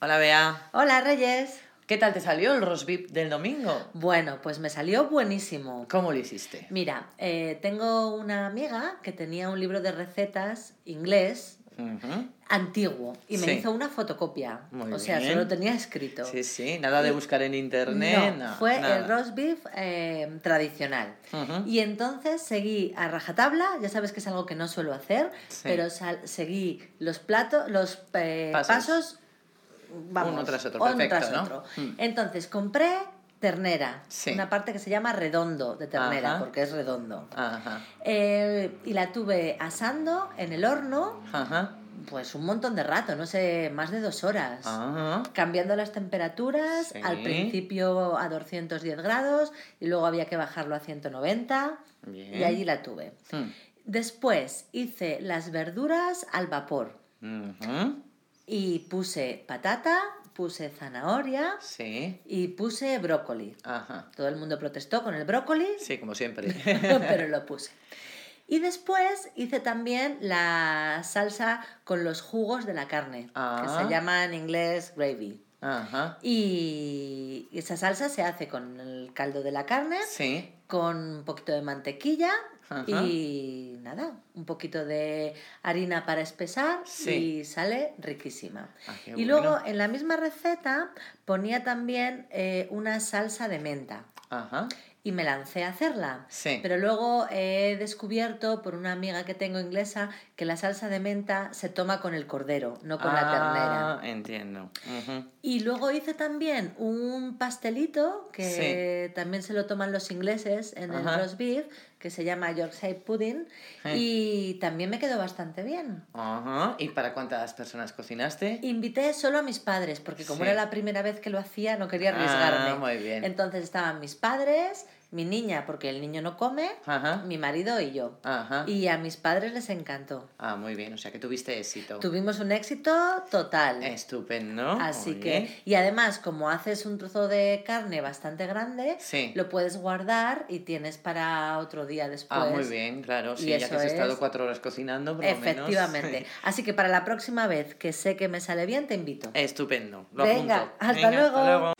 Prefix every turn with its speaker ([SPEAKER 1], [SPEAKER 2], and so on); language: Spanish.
[SPEAKER 1] Hola.
[SPEAKER 2] Hola Reyes.
[SPEAKER 1] ¿Qué tal te salió el roast beef del domingo?
[SPEAKER 2] Bueno, pues me salió buenísimo.
[SPEAKER 1] ¿Cómo lo hiciste?
[SPEAKER 2] Mira, eh, tengo una amiga que tenía un libro de recetas inglés
[SPEAKER 1] Ujú.
[SPEAKER 2] antiguo y me
[SPEAKER 1] Sí.
[SPEAKER 2] hizo una fotocopia.
[SPEAKER 1] Muy
[SPEAKER 2] o sea,
[SPEAKER 1] bien.
[SPEAKER 2] solo tenía escrito.
[SPEAKER 1] Sí, sí, nada de buscar en internet.
[SPEAKER 2] No,
[SPEAKER 1] na-
[SPEAKER 2] fue el
[SPEAKER 1] nada.
[SPEAKER 2] roast beef eh, tradicional.
[SPEAKER 1] Ujú.
[SPEAKER 2] Y entonces seguí a rajatabla, ya sabes que es algo que no suelo hacer,
[SPEAKER 1] Sí.
[SPEAKER 2] pero sal- seguí los platos, los eh,
[SPEAKER 1] Pasos.
[SPEAKER 2] pasos, vamos,
[SPEAKER 1] Uno tras otro, perfecto,
[SPEAKER 2] tras
[SPEAKER 1] ¿no?
[SPEAKER 2] otro.
[SPEAKER 1] Mm.
[SPEAKER 2] Entonces compré ternera,
[SPEAKER 1] Sí.
[SPEAKER 2] una parte que se llama redondo de ternera,
[SPEAKER 1] Ajá.
[SPEAKER 2] porque es redondo.
[SPEAKER 1] Ajá.
[SPEAKER 2] Eh, y la tuve asando en el horno,
[SPEAKER 1] Ajá.
[SPEAKER 2] pues un montón de rato, no sé, más de dos horas
[SPEAKER 1] Ajá.
[SPEAKER 2] cambiando las temperaturas,
[SPEAKER 1] Ah. Sí.
[SPEAKER 2] al principio a 210 grados y luego había que bajarlo a 190
[SPEAKER 1] Bien.
[SPEAKER 2] y allí la tuve. Después hice las verduras al vapor
[SPEAKER 1] Ujú.
[SPEAKER 2] y puse patata, puse zanahoria
[SPEAKER 1] Sí.
[SPEAKER 2] y puse brócoli.
[SPEAKER 1] Ajá.
[SPEAKER 2] Todo el mundo protestó con el brócoli,
[SPEAKER 1] Sí, como siempre.
[SPEAKER 2] pero lo puse. Y después hice también la salsa con los jugos de la carne,
[SPEAKER 1] Ah.
[SPEAKER 2] que se llama en inglés gravy.
[SPEAKER 1] Ajá.
[SPEAKER 2] Y esa salsa se hace con el caldo de la carne,
[SPEAKER 1] Sí.
[SPEAKER 2] con un poquito de mantequilla
[SPEAKER 1] Ajá.
[SPEAKER 2] y nada, un poquito de harina para espesar
[SPEAKER 1] Sí.
[SPEAKER 2] y sale riquísima.
[SPEAKER 1] Ah, qué
[SPEAKER 2] y
[SPEAKER 1] bueno.
[SPEAKER 2] luego en la misma receta ponía también eh, una salsa de menta
[SPEAKER 1] Ajá.
[SPEAKER 2] y me lancé a hacerla.
[SPEAKER 1] Sí.
[SPEAKER 2] Pero luego he descubierto por una amiga que tengo inglesa que la salsa de menta se toma con el cordero, no con la ternera.
[SPEAKER 1] Ah, entiendo. Ujú.
[SPEAKER 2] Y luego hice también un pastelito que también se lo toman los ingleses en
[SPEAKER 1] Ajá.
[SPEAKER 2] el roast beef, que se llama Yorkshire pudding,
[SPEAKER 1] Sí.
[SPEAKER 2] y también me quedó bastante bien.
[SPEAKER 1] Ajá. ¿Y para cuántas personas cocinaste?
[SPEAKER 2] Invité solo a mis padres, porque como
[SPEAKER 1] Sí.
[SPEAKER 2] era la primera vez que lo hacía, no
[SPEAKER 1] Ah,
[SPEAKER 2] quería arriesgarme.
[SPEAKER 1] muy bien.
[SPEAKER 2] Entonces estaban mis padres, mi niña, porque el niño no come,
[SPEAKER 1] Ajá.
[SPEAKER 2] mi marido y yo.
[SPEAKER 1] Ajá.
[SPEAKER 2] Y a mis padres les encantó.
[SPEAKER 1] Ah, muy bien. O sea que tuviste éxito.
[SPEAKER 2] Tuvimos un éxito total.
[SPEAKER 1] Estupendo.
[SPEAKER 2] Así
[SPEAKER 1] muy bien.
[SPEAKER 2] que, y además, como haces un trozo de carne bastante grande,
[SPEAKER 1] Sí.
[SPEAKER 2] lo puedes guardar y tienes para otro día después.
[SPEAKER 1] Ah, muy bien, claro. Sí,
[SPEAKER 2] y
[SPEAKER 1] ya que
[SPEAKER 2] eso
[SPEAKER 1] has estado
[SPEAKER 2] es-
[SPEAKER 1] cuatro horas cocinando, por lo menos.
[SPEAKER 2] Efectivamente. Así que para la próxima vez que sé que me sale bien, te invito.
[SPEAKER 1] Estupendo. Lo
[SPEAKER 2] Venga,
[SPEAKER 1] apunto.
[SPEAKER 2] hasta luego.
[SPEAKER 1] Hasta luego.